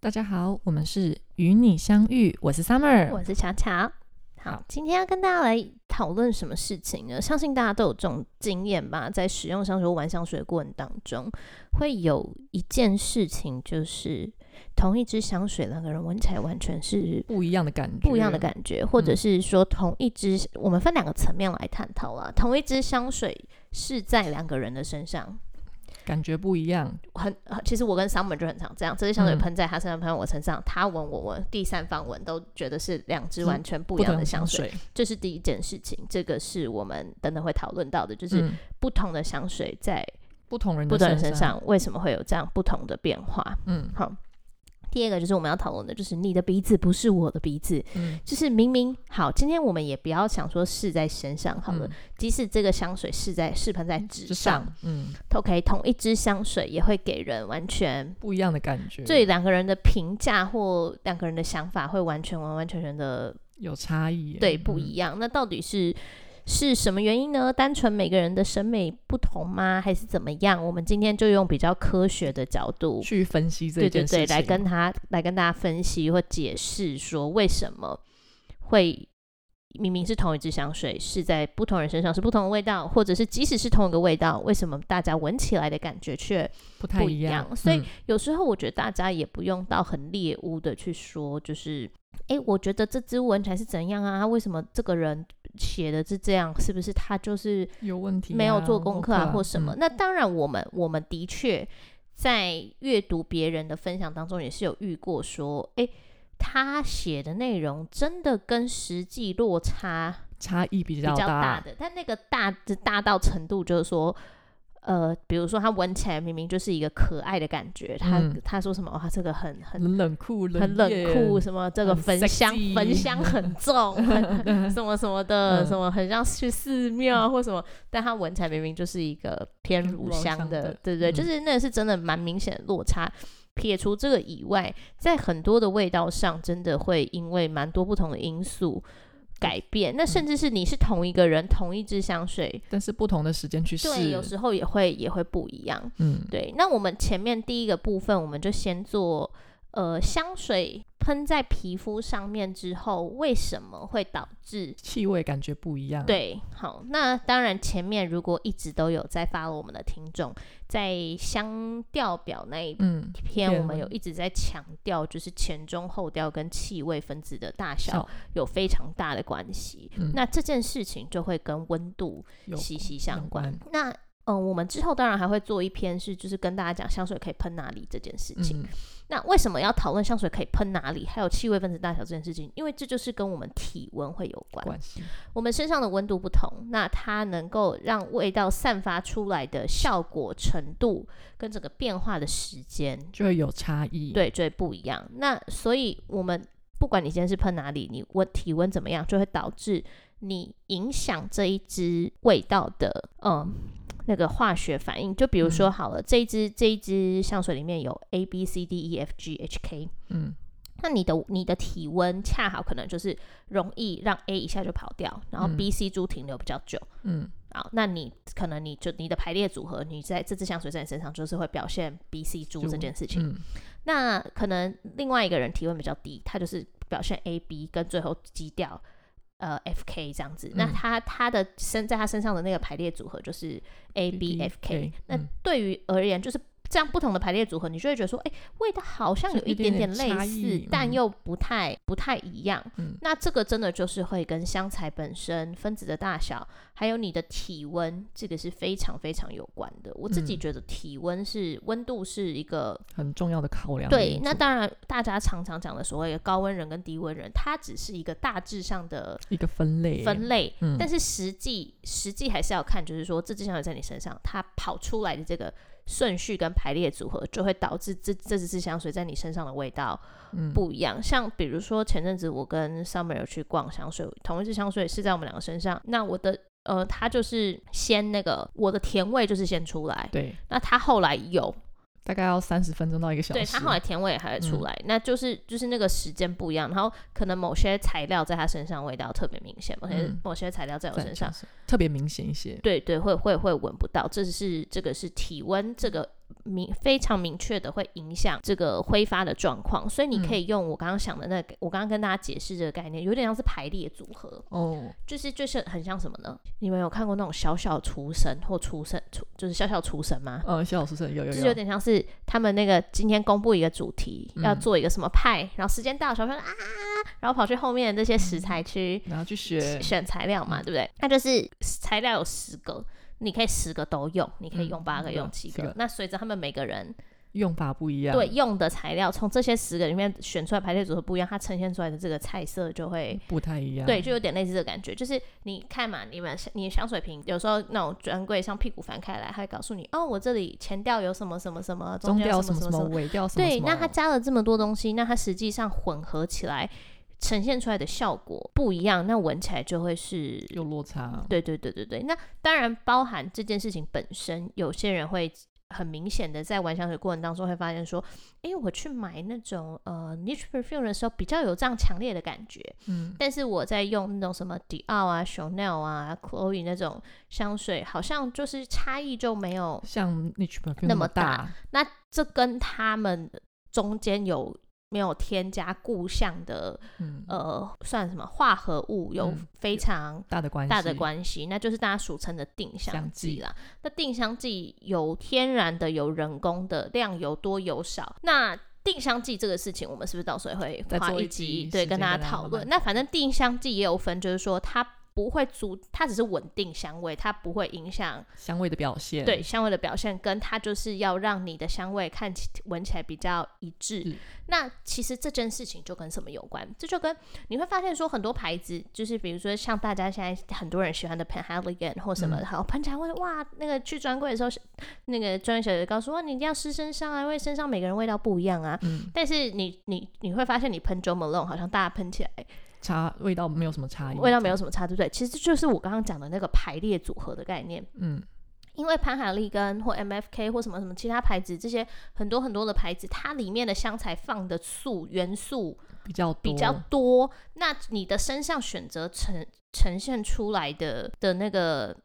大家好，我们是与你相遇，我是 Summer，我是巧巧。好好，今天要跟大家来讨论什么事情呢？相信大家都有这种经验吧，在使用香水或玩香水的过程当中，会有一件事情，就是同一支香水两个人闻起来完全是不一样的感觉，不一样的嗯感觉，或者是说同一支，我们分两个层面来探讨啦。同一支香水是在两个人的身上，感觉不一样，很呃其实我跟 Summer 就很常这样，这支香水嗯喷在他身上，喷在我身上，他闻我闻，第三方闻都觉得是两支是完全不不一样同的的香香水。水，这是第一件事情，这个是我们等等会讨论到的，就是嗯，不同的香水在不同人不的同人身身，上为什么会有这样不同的变化。嗯好，第二个就是我们要讨论的，就是你的鼻子不是我的鼻子，嗯，就是明明好，今天我们也不要想说试在身上好了，嗯即使这个香水试在试喷在纸之上上，嗯， ，OK，同一支香水也会给人完全不一样的感觉，对两个人的评价或两个人的想法会完全完完全全的有差异耶，嗯对不一样。那到底是是什么原因呢？单纯每个人的审美不同吗？还是怎么样？我们今天就用比较科学的角嗯度，去分析这对对件事情，对，来跟他来跟大家分析或解释说为什么会。明明是同一支香水，是在不同人身上是不同的味道，或者是即使是同一个味道，为什么大家闻起来的感觉却不太不一样样，所以嗯有时候我觉得大家也不用到很猎巫的去说，就是，诶，我觉得这支闻起来是怎样啊？为什么这个人写的是这样？是不是他就是有问题啊，没有做功课啊，啊或什么？，嗯那当然，我们我们的确在阅读别人的分享当中，也是有遇过说，诶，他写的内容真的跟实际落差差异比比较较大，的，但那个大的大到程度就是说，呃，比如说他闻起来明明就是一个可爱的感觉，他、嗯他说什么哇，这个很很很冷酷，很冷酷，艳，什么这个很焚香 sexy 焚香很 重，很什么什么的，嗯什么很像去寺庙或什么，但他闻起来明明就是一个偏偏乳乳香香的的，对对，嗯就是那是真的蛮明显的落差。撇除这个以外，在很多的味道上，真的会因为蛮多不同的因素嗯改变。那甚至是你是同一个人，同一支香水，但是不同的时间去试，对，有时候也会也会不一样。嗯，对，那我们前面第一个部分，我们就先做呃香水喷在皮肤上面之后，为什么会导致？气味感觉不一样，，对，好，那当然前面如果一直都有在发我们的听众，在香调表那一嗯，篇，篇我们有文一直在强调，就是前中后调跟气味分子的大小小有非常大的关系。嗯那这件事情就会跟温度有息息相有关关。那嗯，我们之后当然还会做一篇是，就是跟大家讲香水可以喷哪里这件事情。嗯，那为什么要讨论香水可以喷哪里，还有气味分子大小这件事情？因为这就是跟我们体温会有关，关系，我们身上的温度不同，那它能够让味道散发出来的效果程度跟整个变化的时间，就会有差异。，对，就会不一样。那所以我们不管你今天是喷哪里，你温体温怎么样，就会导致你影响这一支味道的嗯那个化学反应。就比如说好了，这一支这一支香水里面有 A B C D E F G H K，嗯，那你的你的体温恰好可能就是容易让 A 一下就跑掉，然后嗯 B、C 株停留比较久。嗯，好，那你可能你就你的排列组合，你在这支香水在你身上就是会表现 B、C 株株这件事情。嗯，那可能另外一个人体温比较低，他就是表现 A B 跟最后基调呃 F K 这样子。那嗯他他的身在他身上的那个排列组合就是 A B B F K K，。那嗯对于而言，就是这样不同的排列组合，你就会觉得说，哎、味道好像就有一一点点点差类似，异但嗯又不太不太一样。嗯那这个真的就是会跟香材本身分子的大小，还有你的体温，这个是非常非常有关的。我自己嗯觉得体温是温度是一个很重要的考量因对素。，那当然，大家常常讲的所谓的高温人跟低温人，它只是一个大致上的一个分类，分类，嗯但是实际实际还是要看，就是说这支香水在你身上，它跑出来的这个顺序跟排列组合，就会导致这这支香水在你身上的味道嗯不一样。像比如说前阵子我跟 Summer 有去逛香水，同一支香水是在我们两个身上，那我的。呃，它就是先那个我的甜味就是先出来，对，那它后来有大概要三十分钟到一个小时。对，它后来甜味也还会出来，嗯那就是就是那个时间不一样，然后可能某些材料在它身上味道特别明显，某些、嗯某些材料在我在身上，特别明显一些。对对，会会会闻不到，这是这个是体温这个明非常明确的会影响这个挥发的状况，所以你可嗯以用我刚刚想的那个，我刚刚跟大家解释这个概念，有点像是排列组合，哦，就是就是很像什么呢？你们有看过那种小小厨神或厨神厨就是小小厨神吗？呃，小老师生有有就是有点像是他们那个今天公布一个主题，嗯要做一个什么派，然后时间到，小朋友啊，然后跑去后面的这些食材区然后去学，选材料嘛，对不对？那就是材料有十个，你可以十个都用，你可以用嗯八个，嗯用嗯七是个的。那随着他们每个人用法不一样，对，用的材料，从这些十个里面选出来排列组合不一样，它呈现出来的这个菜色就会。不太一样，对，，就有点类似这个感觉，就是你看嘛，你们你香水瓶有时候那种专柜上屁股翻开来，它会告诉你，哦，我这里前调有什么什么什么，中间调有什什么什什么么，尾调什么对，什么，那它加了这么多东西，那它实际上混合起来呈现出来的效果不一样，那闻起来就会是。有落差，对对对对对，那当然包含这件事情本身，有些人会很明显的在玩香水过程当中会发现说，诶，我去买那种呃 niche perfume 的时候比较有这样强烈的感觉，嗯，但是我在用那种什么迪奥啊、Chanel 啊、Chloe 那种香水，好像就是差异就没有像你去那么么大，那这跟他们中间有没有添加故项的嗯，呃，算什么化合物有嗯非常大的关系，大的关系，那就是大家俗称的定香香剂剂啦。那定香剂有天然的，有人工的，量有多有少。那定香剂这个事情，我们是不是到时候会再花做一一集集时对间跟大跟大家家讨慢论？慢那反正定香剂也有分，就是说它不会阻，它只是稳定香味，它不会影响香味的表现，对，香味的表现，跟它就是要让你的香味看起闻起来比较一致是。那其实这件事情就跟什么有关？这就跟你会发现说，很多牌子就是比如说像大家现在很多人喜欢的 Penhaligon 或什么，嗯好喷起来会哇，那个去专柜的时候，那个专业小姐告诉我你一定要试身上啊，因为身上每个人味道不一样啊。嗯，但是你你你会发现，你喷 Jo Malone 好像大家喷起来差味道哦没有什么差异，味道没有，什么差，对不对？其实这就是我刚刚讲的那个排列组合的概念。嗯，因为潘海利根或 MFK 或什么什么其他牌子，这些很多很多的牌子，它里面的香材放的素元素比较多比较多，那你的身上选择呈呈现出来的的那个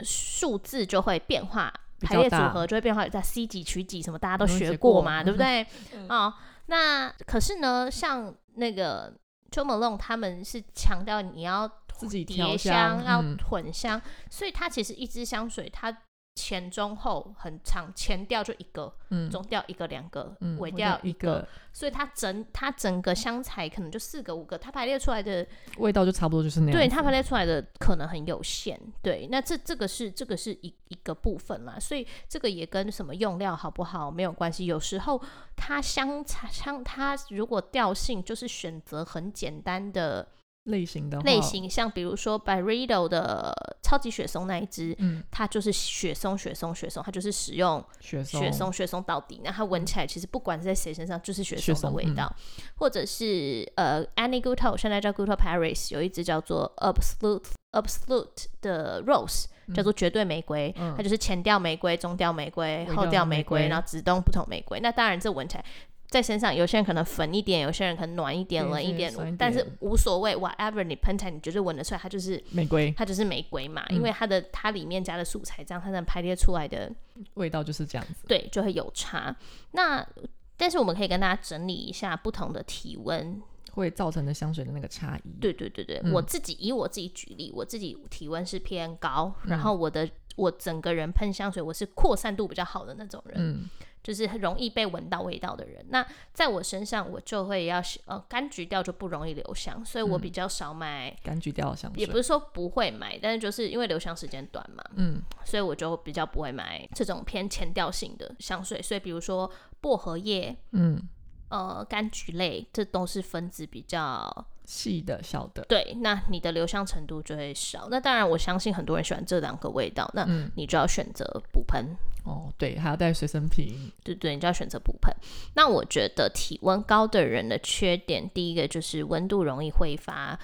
数字就会变化，比较排列组大合就会变化，在 C 几取几什么大家都我们学学过过嘛，对不对？哦，那可是呢，像那个 Jo Malone 他们是强调你要自己叠调香要嗯混香，所以它其实一支香水它。前中后很长，前调就一个，嗯中调一个两个，嗯，尾我调的一个所以它整它整个香材可能就四个五个，它排列出来的，味道就差不多就是那样子，对它排列出来的可能很有限。对，那这这个是这个是一一个部分啦，所以这个也跟什么用料好不好没有关系。有时候它香材香它如果调性就是选择很简单的类型的话类，型，像比如说 Byredo 的超级雪松那一支，嗯，它就是雪松、雪松、雪松，它就是使用雪松雪松、雪松到底。那它闻起来其实不管是在谁身上，就是雪雪松的松味嗯道。或者是呃，Annie Guto 现在叫 Guto Paris，有一支叫做 Absolute Absolute 的 Rose，叫做绝对玫瑰。它嗯就是前调玫瑰、中调玫瑰、尾后调调玫玫瑰，瑰然后直东不同玫瑰。那当然，这闻起来在身上，有些人可能粉一点，有些人可能暖一点、对冷有一些点人酸，一但是点无所谓，whatever 你喷起来，你绝对闻得出来，它就是玫瑰它就是玫瑰嘛，嗯因为它的它里面加的素材，这样它能排列出来的，味道就是这样子，对，就会有差。那但是我们可以跟大家整理一下不同的体温，会造成的香水的那个差异，对对对对，嗯我自己以我自己举例，我自己体温是偏高，然嗯后我的我整个人喷香水，我是扩散度比较好的那种人，嗯，就是很容易被闻到味道的人。那在我身上，我就会要呃柑橘调就不容易留香，所以我比较少买，柑橘调的香也水不，是说不会买，但是就是因为留香时间短嘛，嗯，所以我就比较不会买这种偏前调性的香水。所以比如说薄荷叶、嗯，呃柑橘类，这都是分子比较细的小的，对，那你的留香程度就会少。那当然，我相信很多人喜欢这两个味道，那嗯，你就要选择补喷。哦，对，还要带随身瓶，对对，你就要选择补喷。那我觉得体温高的人的缺点，第一个就是温度容易挥发，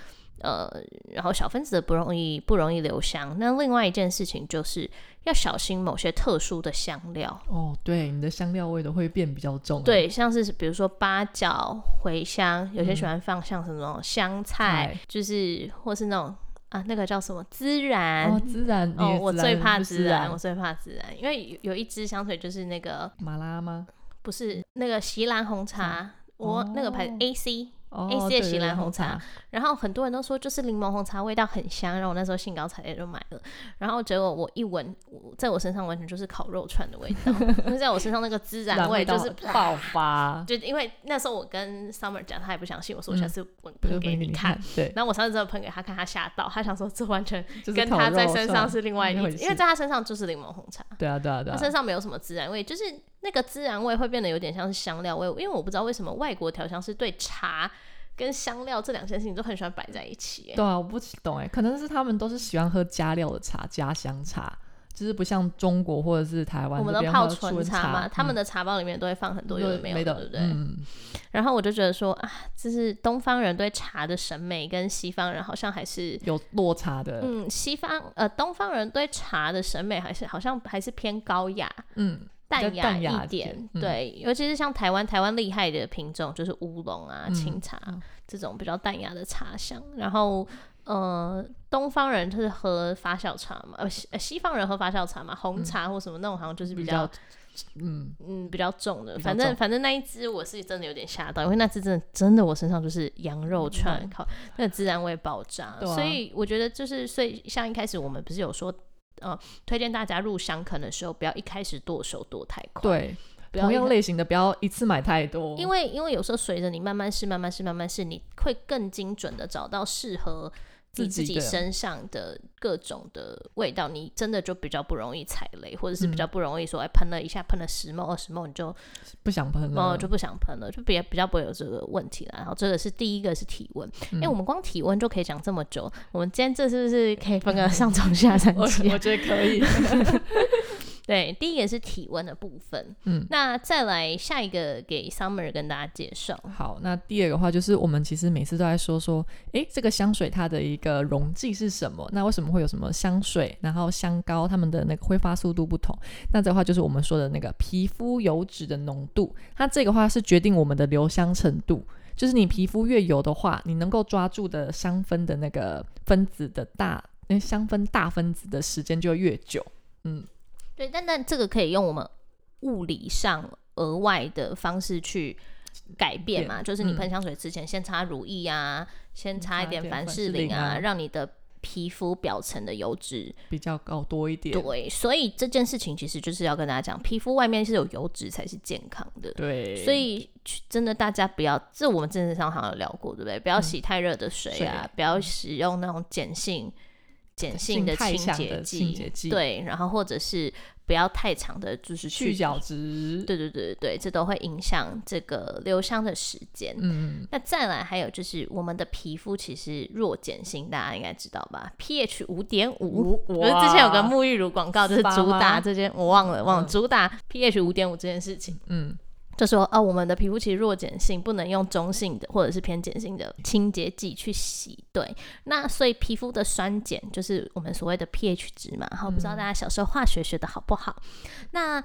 呃，然后小分子的不容易不容易留香。那另外一件事情就是要小心某些特殊的香料，哦，对，你的香料味都会变比较重，，对，像是比如说八角、茴香，有些喜欢放像什么香菜，嗯菜就是或是那种啊，那个叫什么孜然。哦，孜然，你哦，的我孜最怕不是孜啊然，我最怕孜然，因为有有一支香水就是那个马拉吗？不是那个席兰红茶，我、那个牌子哦 AC，哦， AC 的对哎喜兰对红红茶，然后很多人都说就是柠檬红茶味道很香，然后我那时候兴高采烈就买了，然后结果我一闻，我在我身上完全就是烤肉串的味 道，因为在我身上那个孜然味就道是爆发，就因为那时候我跟 Summer 讲，他也不相信，我说我嗯下次闻不是喷给你看。，对，然后我上次真的喷给他看，他吓到，他想说这完全就是跟烤他在肉身串上，是另外一那回回因为事在他身上就是柠檬红茶，对啊，对啊，对啊，他身上没有什么孜然味，就是那个孜然味会变得有点像是香料味，因为我不知道为什么外国调香师对茶跟香料这两件事情都很喜欢摆在一起、欸对啊，我不懂哎，可能是他们都是喜欢喝加料的茶，加香茶，就是不像中国或者是台湾我们这都边泡喝纯茶嗯嘛，他们的的茶包里面都会放很多有的没有的，对不对？嗯，然后我就觉得说啊，就是东方人对茶的审美跟西方人好像还是， 有落差的，嗯，西方呃东方人对茶的审美还是好像还是偏高雅、嗯，淡淡雅雅一一点点。嗯对，尤其是像台湾，台湾厉害的品种就是乌龙啊、嗯清茶嗯这种比较淡雅的茶香。然后呃，东方人就是喝发酵茶嘛，呃西呃西方人喝发酵茶嘛，红茶或什么那种好像就是比嗯比较较，嗯，嗯，比较重的，比较反正重反正那一只我是真的有点吓到，因为那只真的真的我身上就是羊肉串，靠，那个孜然味爆炸，嗯对啊所以我觉得就是所以像一开始我们不是有说，呃，推荐大家入香坑的时候不要一开始剁手剁太快，，对，不要同一样开类型的不要一次买太多，因为因为有时候随着你慢慢试慢慢试慢慢试，你会更精准的找到适合。你自自己己的身上的各种的味道，你真的就比较不容易踩雷，或者是比嗯较不容易说，哎、喷了一下，喷了十毛二十毛，你就不想喷哦，了， 就不想喷了，就比比较不会有这个问题了。然后这个是第一个是体温，哎、嗯我们光体温就可以讲这么久，我们今天这是不是可以分个上中下三我期啊嗯 我？觉得可以， 对，第一个是体温的部分，嗯。那再来下一个给 Summer 跟大家介绍，好，那第二个话就是我们其实每次都在说说，诶，这个香水它的一个溶剂是什么？那为什么会有什么香水，然后香膏它们的那个挥发速度不同？那这话就是我们说的那个皮肤油脂的浓度，它这个话是决定我们的留香程度。就是你皮肤越油的话，你能够抓住的香氛的那个分子的大，那香氛大分子的时间就会越久。对，但但这个可以用我们物理上额外的方式去。改变嘛，就是你嗯喷香水之前先擦乳液啊，先擦一擦点点凡凡士士林林啊，啊让你的皮肤表层的油脂比较高多一点。对，所以这件事情其实就是要跟大家讲，皮肤外面是有油脂才是健康的。对，所以去真的大家不要，这我们政治上好像有聊过，对不对？不要洗太热的水啊，嗯水嗯不要使用那种碱性、碱性的太清强洁的清洁剂对，然后或者是不要太长的，就是去角质，对对对对对，这都会影响这个留香的时间。嗯，那再来还有就是我们的皮肤其实弱碱性，大家应该知道吧？pH 五点五，不我是之前有个沐浴乳广告，就是粑主打吗这件，我忘了忘嗯了，主打 pH 五点五这件事情，嗯，就说哦，我们的皮肤其实弱碱性，不能用中性的或者是偏碱性的清洁剂去洗。对，那所以皮肤的酸碱就是我们所谓的 pH 值嘛。好，不嗯知道大家小时候化学学的好不好？那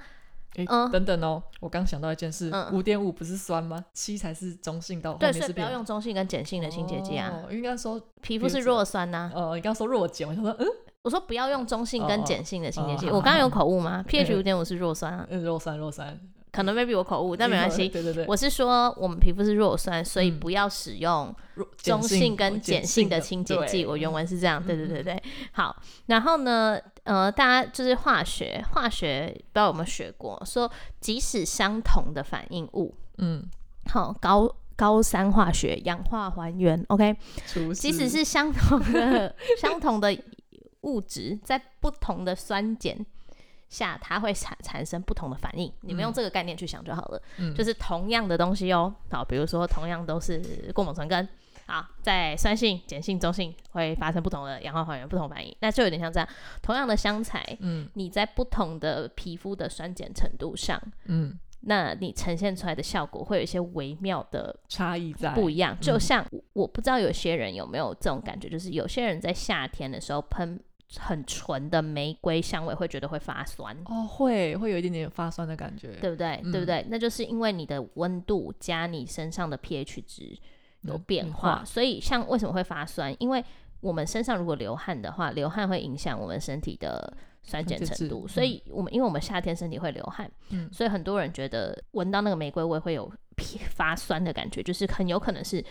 诶嗯等等哦，我刚想到一件事嗯，五点五不是酸吗？七才是中性到后对，面所以是不要变用中性跟碱性的清洁剂啊，哦应该说，皮肤是比如弱酸呐、呃，你刚说弱碱，我想说，嗯我说不要用中性哦跟哦碱性的清洁剂。哦我好刚刚有好口误吗？pH 嗯五点五是弱酸啊，嗯，弱酸弱酸，可能 maybe 我口误，哦但没关系。对 对对，我是说，我们皮肤是弱酸，所以嗯不要使用弱中碱性跟碱性的清洁剂。对我原文是这样，对对嗯对对。好，然后呢，呃，大家就是化学，化学不知道有没有学过，说即使相同的反应物，嗯，好高高三化学氧化还原，OK，除即使是相同的 相同的物质，在不同的酸碱下，它会产产生不同的反应。你们嗯用这个概念去想就好了。嗯就是同样的东西哦，好，比如说同样都是过锰醇根，好，在酸性、碱性、中性会发生不同的氧化还原、不同反应，那就有点像这样，同样的香材，嗯你在不同的皮肤的酸碱程度上，嗯那你呈现出来的效果会有一些微妙的差异在不一样。就像我我不知道有些人有没有这种感觉，就是有些人在夏天的时候喷很纯的玫瑰香味，会觉得会发酸。哦，会会有一点点发酸的感觉，对不对？对不嗯对？那就是因为你的温度加你身上的 pH 值有嗯变变化，化所以像为什么会发酸？因为我们身上如果流汗的话，流汗会影响我们身体的酸碱酸碱程值度，嗯所以我们因为我们夏天身体会流汗，嗯所以很多人觉得闻到那个玫瑰味会有皮发酸的感觉，就是很有可能是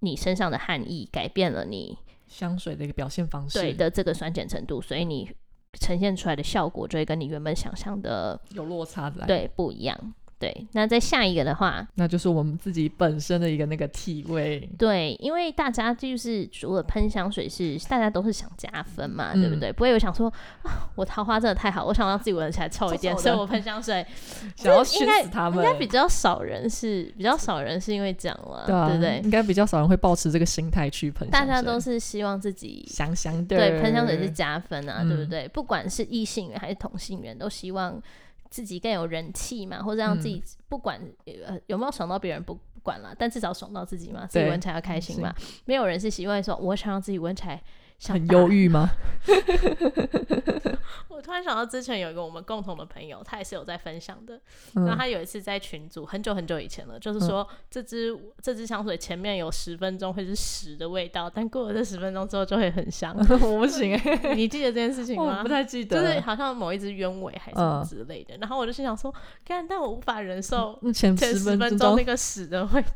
你身上的汗液改变了你香水的一个表现方式，对的这个酸碱程度，所以你呈现出来的效果就会跟你原本想象的有落差的来，对不一样。对，那在下一个的话，那就是我们自己本身的一个那个体味，对，因为大家就是除了喷香水是大家都是想加分嘛，对不嗯对？不会有想说啊，我桃花真的太好，我想让自己闻起来臭一臭点，臭所以的我喷香水。想要这熏应该死 他应们。该比较少人是比较少人是因为这样了，对啊，不对？应该比较少人会保持这个心态去喷香大水。家都是希望自己香香的，对喷香水是加分啊，对不嗯对？不管是异性缘还是同性缘，都希望自己更有人气嘛，或者让自己嗯不管、呃有没有爽到别人不不管啦，但至少爽到自己嘛，自己对闻起来要开心嘛。没有人是希望说我想让自己闻起来像很打忧郁 吗？我突然想到之前有一个我们共同的朋友，他也是有在分享的。然后 嗯，他有一次在群组，很久很久以前了，就是说、这支这支香水前面有十分钟会是屎的味道，但过了这十分钟之后就会很香。 我不 行哎、你记得这件事情我吗不？太记就得是了。好像某一只鸢尾还是什么嗯之类的，然后我就心想说，干，但我无法忍受那前前十十分钟钟那个屎的味道，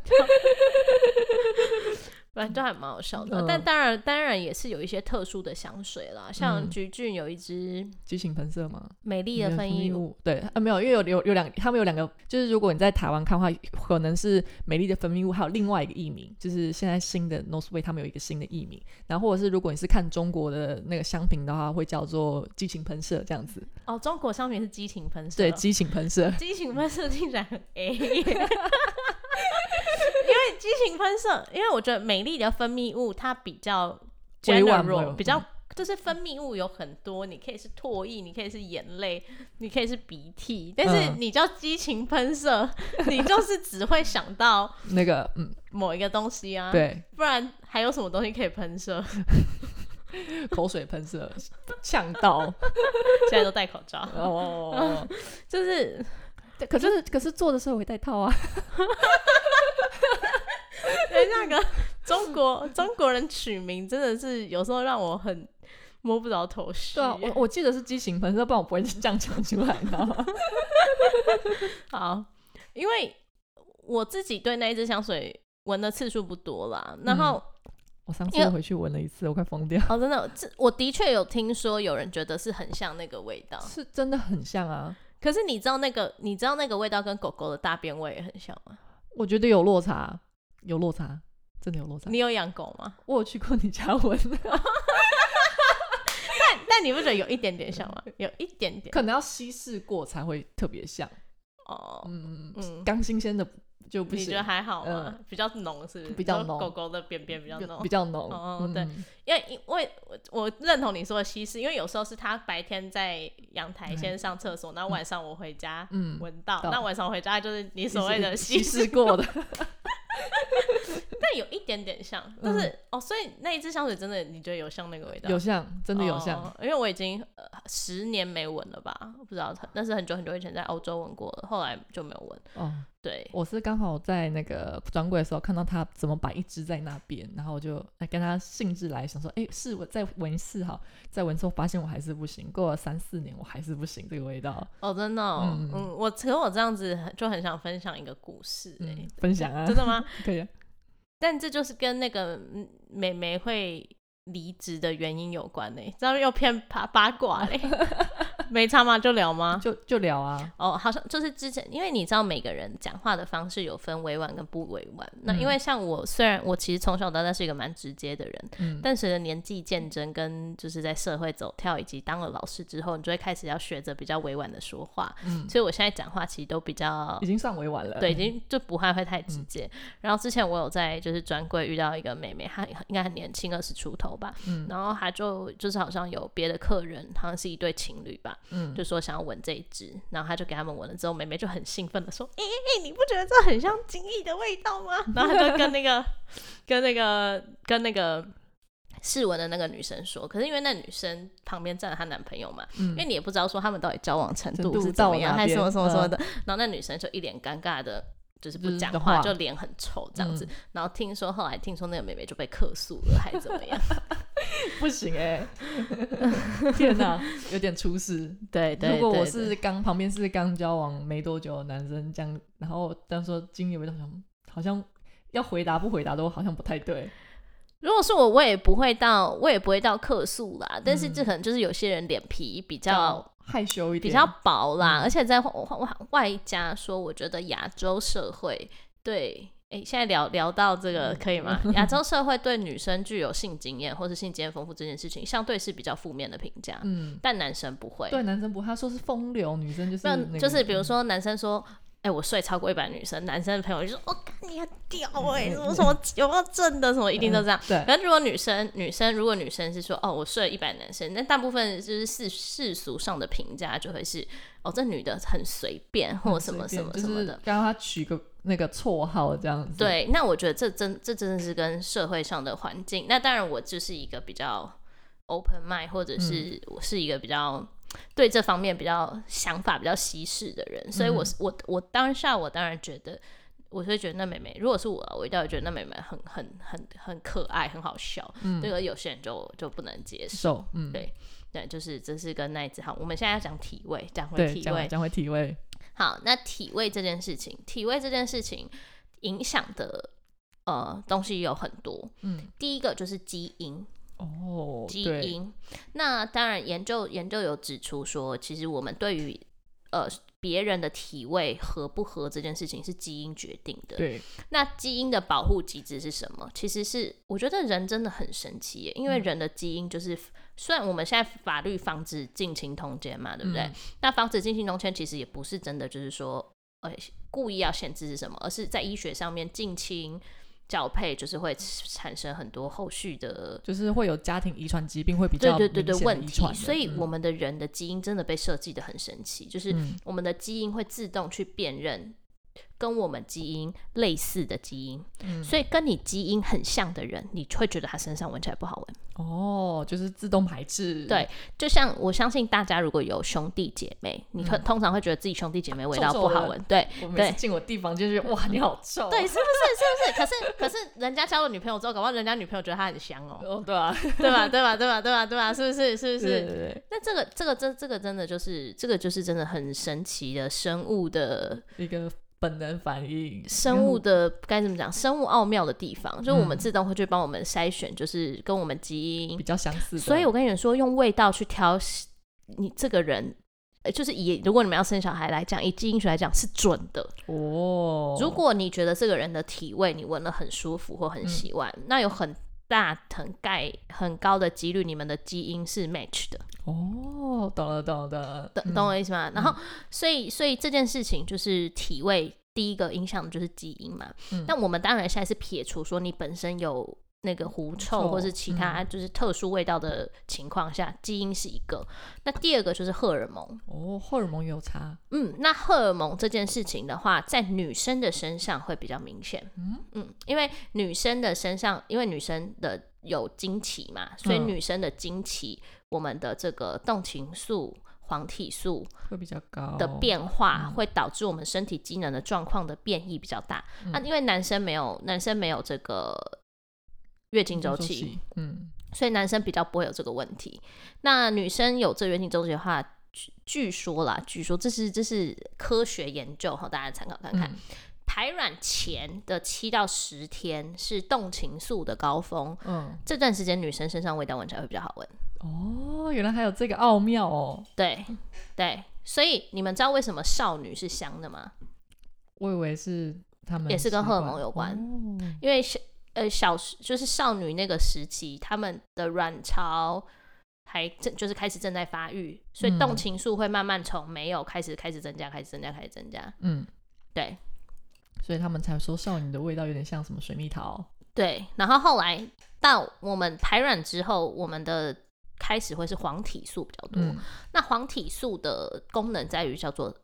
反正就还蛮好笑的。嗯但当然，当然也是有一些特殊的香水啦，像嗯菊苣有一支激情喷射吗？美丽没的有分分泌泌物，物对啊，没有，因为有有有两，他们有两个，就是如果你在台湾看的话，可能是美丽的分泌物，还有另外一个译名，就是现在新的 North Way 他们有一个新的译名，然后或者是如果你是看中国的那个香评的话，会叫做激情喷射这样子，哦，中国商品是激情喷射，哦对，激情喷射，激情喷射听起来很 A，因 为激情喷射，因为我觉得美丽的分泌物它比较委婉嗯 general，嘛比较就是分泌物有很多，你可以是唾液，你可以是眼泪，你可以是鼻涕，但是嗯你叫激情喷射， 你就是只会想到那个嗯，某一个东西啊，，对，不然还有什么东西可以喷射？ 口水喷射，呛 到现在都戴口罩， 哦。就是对可是可是做的时候会戴套啊，对，哎那 个中国中国人取名真的是有时候让我很摸不着头 绪。对啊，我我记得是激情喷射，不然我不会这样讲出来的。 好，因为我自己对那一支香水闻的次数不多啦，然后、我上次因为又回去闻了一次，我快疯掉，哦，真的，这我的确有听说有人觉得是很像那个味 道，是真的很像啊。可是你知道那个你知道那个味道跟狗狗的大便味也很像吗？我觉得有落差，有落差，真的有落差。你有养狗吗？ 我有去过你家闻，但但你不觉得有一点点像吗？有一点点可能要稀释过才会特别像。哦，嗯，嗯。刚新鲜的就不你觉行得，还好吗？嗯比较浓是不是？比较你说浓狗狗的便便比较浓比，较浓。哦嗯对，因为因为我我认同你说的稀释，因为有时候是他白天在阳台先上厕所，然后晚上我回家嗯，闻到，到那晚上我回家就是你所谓的稀稀释释，过的，但有一点点像，但是、哦，所以那一支香水真的你觉得有像那个味道？嗯有像，真的有像。哦因为我已经、呃、十年没闻了吧，不知道它，但是很久很久以前在欧洲闻过了，后来就没有闻。哦，对，我是刚好在那个专柜的时候看到他怎么摆一只在那边，然后我就哎跟他兴致来，想说哎试我再闻一次好，再闻之后发现我还是不行，过了三四年我还是不行这个味道，哦，真的、哦，嗯嗯我可我这样子很就很想分享一个故事、欸，嗯，分享啊真，的吗？ 可以啊，但这就是跟那个嗯美眉会离职的原因有关呢、欸这样又偏八八卦 嘞、没差吗？就聊吗？就就聊啊，哦，好像就是之前，因为你知道每个人讲话的方式有分委婉跟不委婉。那嗯因为像我，虽然我其实从小到大是一个蛮直接的人，嗯，但随着年纪渐增，跟就是在社会走跳以及当了老师之后，你就会开始要学着比较委婉的说话。嗯所以我现在讲话其实都比较已经算委婉了，哦嗯对，已经就不太会太直接。然后之前我有在就是专柜遇到一个妹妹，她应该很年轻，二十出头吧。嗯然后她就就是好像有别的客人，好像是一对情侣吧，嗯，就说想要闻这一支，然后她就给他们闻了之后，妹妹就很兴奋的说：“哎哎哎，你不觉得这很像精液的味道吗？”然后她就跟那个跟那个跟那个。试闻的那个女生说，可是因为那女生旁边站了她男朋友嘛，嗯因为你也不知道说他们到底交往程程度度是怎么到样，哪还是什边么什么什么嗯的。然后那女生就一脸尴尬的，就是不就是讲的话，嗯话嗯就脸很臭这样子。然后听说后来听说那个妹妹就被客诉了，还怎么样？不行哎、 天哪，有点出事。 对对如果我对对是刚旁边是刚交往没多久的男生这样，然后但说精油味道，好像好像要回答不回答都好像不太对。如果是我，我也不会到，我也不会到客诉啦。但是这嗯可能就是有些人脸皮比较、害羞一点，比较薄啦，嗯而且在外外外加说，我觉得亚洲社会对。诶，现在聊聊到这嗯个可以 吗？亚洲社会对女生具有性经验或是性经验丰富这件事情，相对是比较负面的评价，嗯，但男生不会。对，男生不，他说是风流，女生就是、那那个就是比如说男生说，哎、我睡超过一百女生，男生朋友就说，我、哦、干你很屌哎、什么什么有没有证的什么，一定都这样。嗯对然后如果女生女生如果女生是说哦我睡了一百男生，那大部分就是世世俗上的评价就会是哦这女的很随便或什么什么什么就的是。让他取个那个绰号这样子。，对，那我觉得这真这真的是跟社会上的环境。那当然，我就是一个比较 open mind，或者嗯是我是一个比较对这方面比较想法比较稀释的嗯人，所以我是我我当下我当然觉得。我会觉得那妹妹，如果是我啊，我一定会觉得那妹妹很很很很可爱，很好笑。嗯这个有些人就就不能接受。手，嗯，对对，就是这是跟那一只好。我们现在要讲体位，讲回对，体讲位会。讲会体位，好，那体味这件事情，体味这件事情影响的呃东西有很多。嗯，第一个就是基因，哦，基对，因。那当然，研究研究有指出说，其实我们对于呃别人的体味合不合这件事情是基因决定的。对，那基因的保护机制是什么？其实是我觉得人真的很神奇耶，嗯因为人的基因就是，虽然我们现在法律防止近亲通奸嘛，对不对？嗯那防止近亲通奸其实也不是真的，就是说，呃，故意要限制是什么，而是在医学上面近亲交配就是会产生很多后续的。就是会有家庭遗传疾病会比对较对对明对，显的问遗题，传的所以嗯我们的人的基因真的被设计的很神奇，就是嗯我们的基因会自动去辨认跟我们基因类似的基因，嗯所以跟你基因很像的人，你会觉得他身上闻起来不好闻。哦，就是自动排斥，对就像我相信大家如果有兄弟姐妹，你可、嗯通常会觉得自己兄弟姐妹味臭道臭不好的闻，对我每对次进我地方就是哇，你好臭，对，是不是？是 不是？可是可是人家交了女朋友之后，搞不好人家女朋友觉得他很香 哦，哦，对啊，对吧？对吧？对吧？对吧？对吧？是不是？是不是？是那这个这个这这个真的就是这个就是真的很神奇的生物的一个本能反应，生物的该怎么讲？生物奥妙的地方，就是我们嗯自动会去帮我们筛选，就是跟我们基因比较相似的，所以我跟你们说，用味道去挑喜你这个人，呃就是以如果你们要生小孩来讲，以基因学来讲是准的。哦，如果你觉得这个人的体味你闻了很舒服或很喜嗯欢，那有很大很盖很高的几率你们的基因是 match 的，哦，懂了懂了懂了，懂、嗯懂我意思吗？然后所以所以这件事情就是体味第一个影响的就是基因嘛。嗯那我们当然现在是撇除说你本身有。那个狐臭臭嗯或是其他就是特殊味道的情况下，基因是一个。那第二个就是荷尔蒙，哦，荷尔蒙有差，嗯，那荷尔蒙这件事情的话，在女生的身上会比较明显，嗯因为女生的身上，因为女生的有经期嘛，所以嗯女生的经期，我们的这个动情素。黄体素会比较高的，变化会导致我们身体机能的状况的变异比较大。那、因为男生没有男生没有这个月经周期，，嗯，所以男生比较不会有这个问题。那女生有这月经周期的话，据据说啦，据说这是这是科学研究哈，大家参考看看。嗯排卵前的七到十天是动情素的高峰，嗯，这段时间女生身上味道闻起来会比较好闻。哦，原来还有这个奥妙哦，对对，所以你们知道为什么少女是香的吗？我以为是他们哦也是跟荷尔蒙有关关，因为小呃小时就是少女那个时期，她们的卵巢还正就是开始正在发育，所以嗯动情素会慢慢从没有开始开始增加，开始增加，开始增加。嗯，对所以他们才说少女的味道有点像什么水蜜桃，对，然后后来到我们排卵之后，我们的开始会是黄体素比较多。嗯，那黄体素的功能在于叫做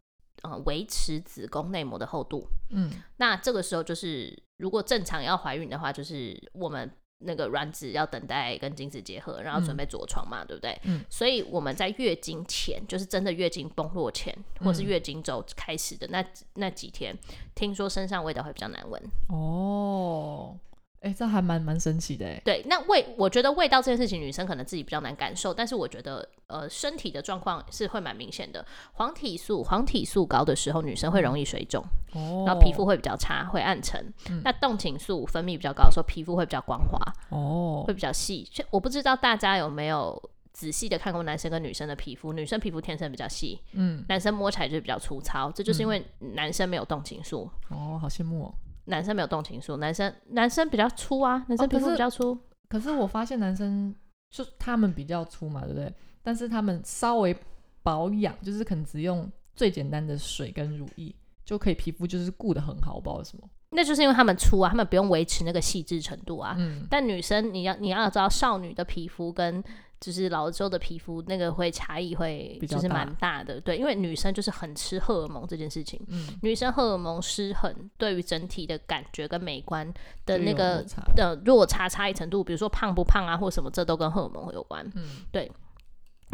呃维持子宫内膜的厚度。嗯，那这个时候就是，如果正常要怀孕的话，就是我们那个卵子要等待跟精子结合，然后准备着床嘛，对不对？嗯。所以我们在月经前，就是真的月经崩落前，或是嗯月经周开始的那那几天，听说身上味道会比较难闻。嗯哦，哎、哎，这还蛮蛮神奇的哎。对，那味我觉得味道这件事情，女生可能自己比较难感受，但是我觉得呃身体的状况是会蛮明显的。黄体素黄体素高的时候，女生会容易水肿，哦，然后皮肤会比较差，会暗沉。嗯那动情素分泌比较高的时候，皮肤会比较光滑，哦会比较细。就我不知道大家有没有。仔细的看过男生跟女生的皮肤，女生皮肤天生比较细，嗯男生摸起来就是比较粗糙，这就是因为男生没有动情素，哦，好羡慕哦。男生没有动情素，男生男生比较粗啊，男生哦皮可肤是比较粗，可是我发现男生就他们比较粗嘛，对不对？但是他们稍微保养，就是可能只用最简单的水跟乳液就可以，皮肤就是顾得很好，我不知道为什么。那就是因为他们粗啊，他们不用维持那个细致程度啊。嗯，但女生你要你要知道，少女的皮肤跟就是老了之后的皮肤那个会差异会比较就是大蛮大的，对，因为女生就是很吃荷尔蒙这件事情，嗯女生荷尔蒙失衡对于整体的感觉跟美观的就那有个落差的落差差异程度，比如说胖不胖啊或什么，这都跟荷尔蒙有关，嗯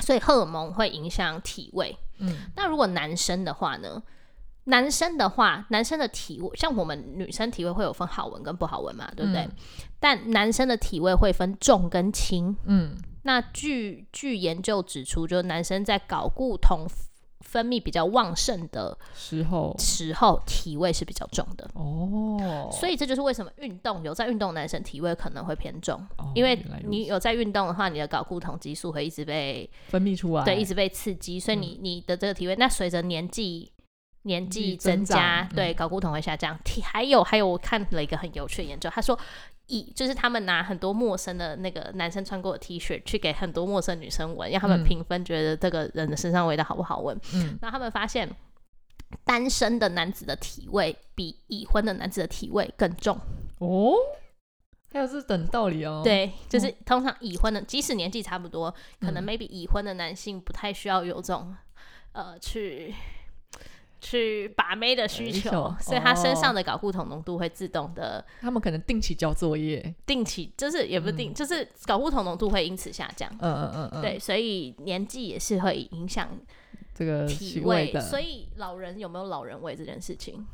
所以荷尔蒙会影响体味。嗯那如果男生的话呢？男生的话，男生的体味，像我们女生体味会有分好闻跟不好闻嘛，对不对？嗯但男生的体味会分重跟轻。嗯，那据据研究指出，就是男生在睾固酮分泌比较旺盛的时候时候，体味是比较重的。哦，所以这就是为什么运动有在运动的男生体味可能会偏重，哦因为原来如你此有在运动的话，你的睾固酮激素会一直被分泌出来，对，一直被刺激，所以你你的这个体味，那随着年纪年纪纪增增加，长对，睾固酮会下降。 体还有还有，我看了一个很有趣的研究，他说。以就是他们拿很多陌生的那个男生穿过的 T 恤去给很多陌生女生闻，让他们嗯评分觉得这个人的身上味道好不好闻。嗯然后他们发现，单身的男子的体味比已婚的男子的体味更重。哦，还有这等道理哦，，对，就是嗯通常已婚的，即使年纪差不多，可能嗯 maybe 已婚的男性不太需要有这种呃去去把妹的需需求，求所以他身哦上的睾固酮浓度会自动的他们可能定期交作业，定期，就是也不定，就是睾固酮浓度会因此下降。嗯嗯嗯嗯，对，，所以年纪也是会影响这个体体味，呃的，所以老人有没有老人味这件事情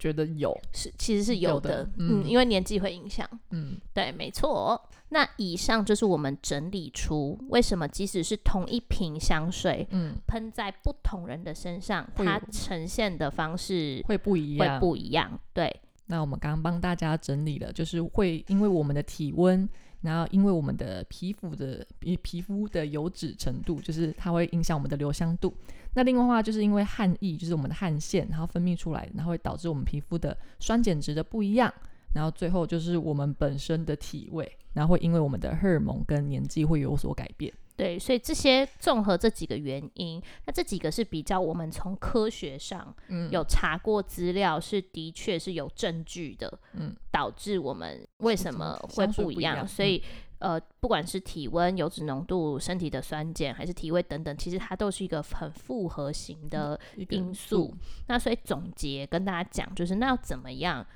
觉得有，是其实是有有的的，嗯嗯，因为年纪会影响。嗯对，没错。哦那以上就是我们整理出为什么即使是同一瓶香水，嗯，喷在不同人的身上，会有它呈现的方式会不一会样，不一样。对，那我们刚刚帮大家整理了，就是会因为我们的体温，然后因为我们的皮肤的皮皮肤的油脂程度，就是它会影响我们的留香度。那另外的话，就是因为汗液，就是我们的汗腺，然后分泌出来，然后会导致我们皮肤的酸碱值的不一样。然后最后就是我们本身的体味，然后会因为我们的荷尔蒙跟年纪会有所改变。对，所以这些综合这几个原因，那这几个是比较我们从科学上嗯有查过资料，是的确是有证据的，嗯，导致我们为什么会不香水一样。不一样嗯所以，呃，不管是体温、油脂浓度、身体的酸碱，还是体味等等，其实它都是一个很复合型的一个因素。那所以总结跟大家讲，就是那要怎么样？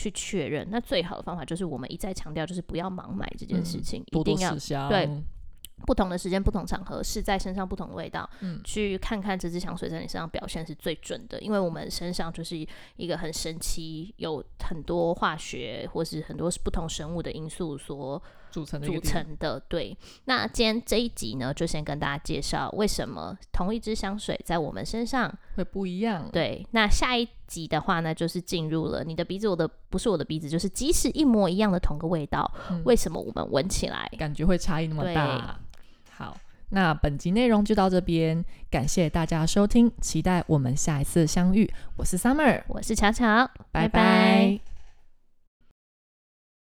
去确认，那最好的方法就是我们一再强调，就是不要盲买这件事嗯情，多一定多要试香，对不同的时间、不同场合，试在身上不同的味道，嗯去看看这支香水在你身上表现是最准的。因为我们身上就是一个很神奇，有很多化学或是很多不同生物的因素所组成的一组个地成的。对，那今天这一集呢，就先跟大家介绍为什么同一支香水在我们身上会不一样。对，那下一集的话呢，就是进入了你的鼻子，我的不是我的鼻子，就是即使一模一样的同个味道，嗯为什么我们闻起来感觉会差异那么对大。好，那本集内容就到这边，感谢大家收听，期待我们下一次相遇。我是 Summer，我是巧巧，拜拜拜拜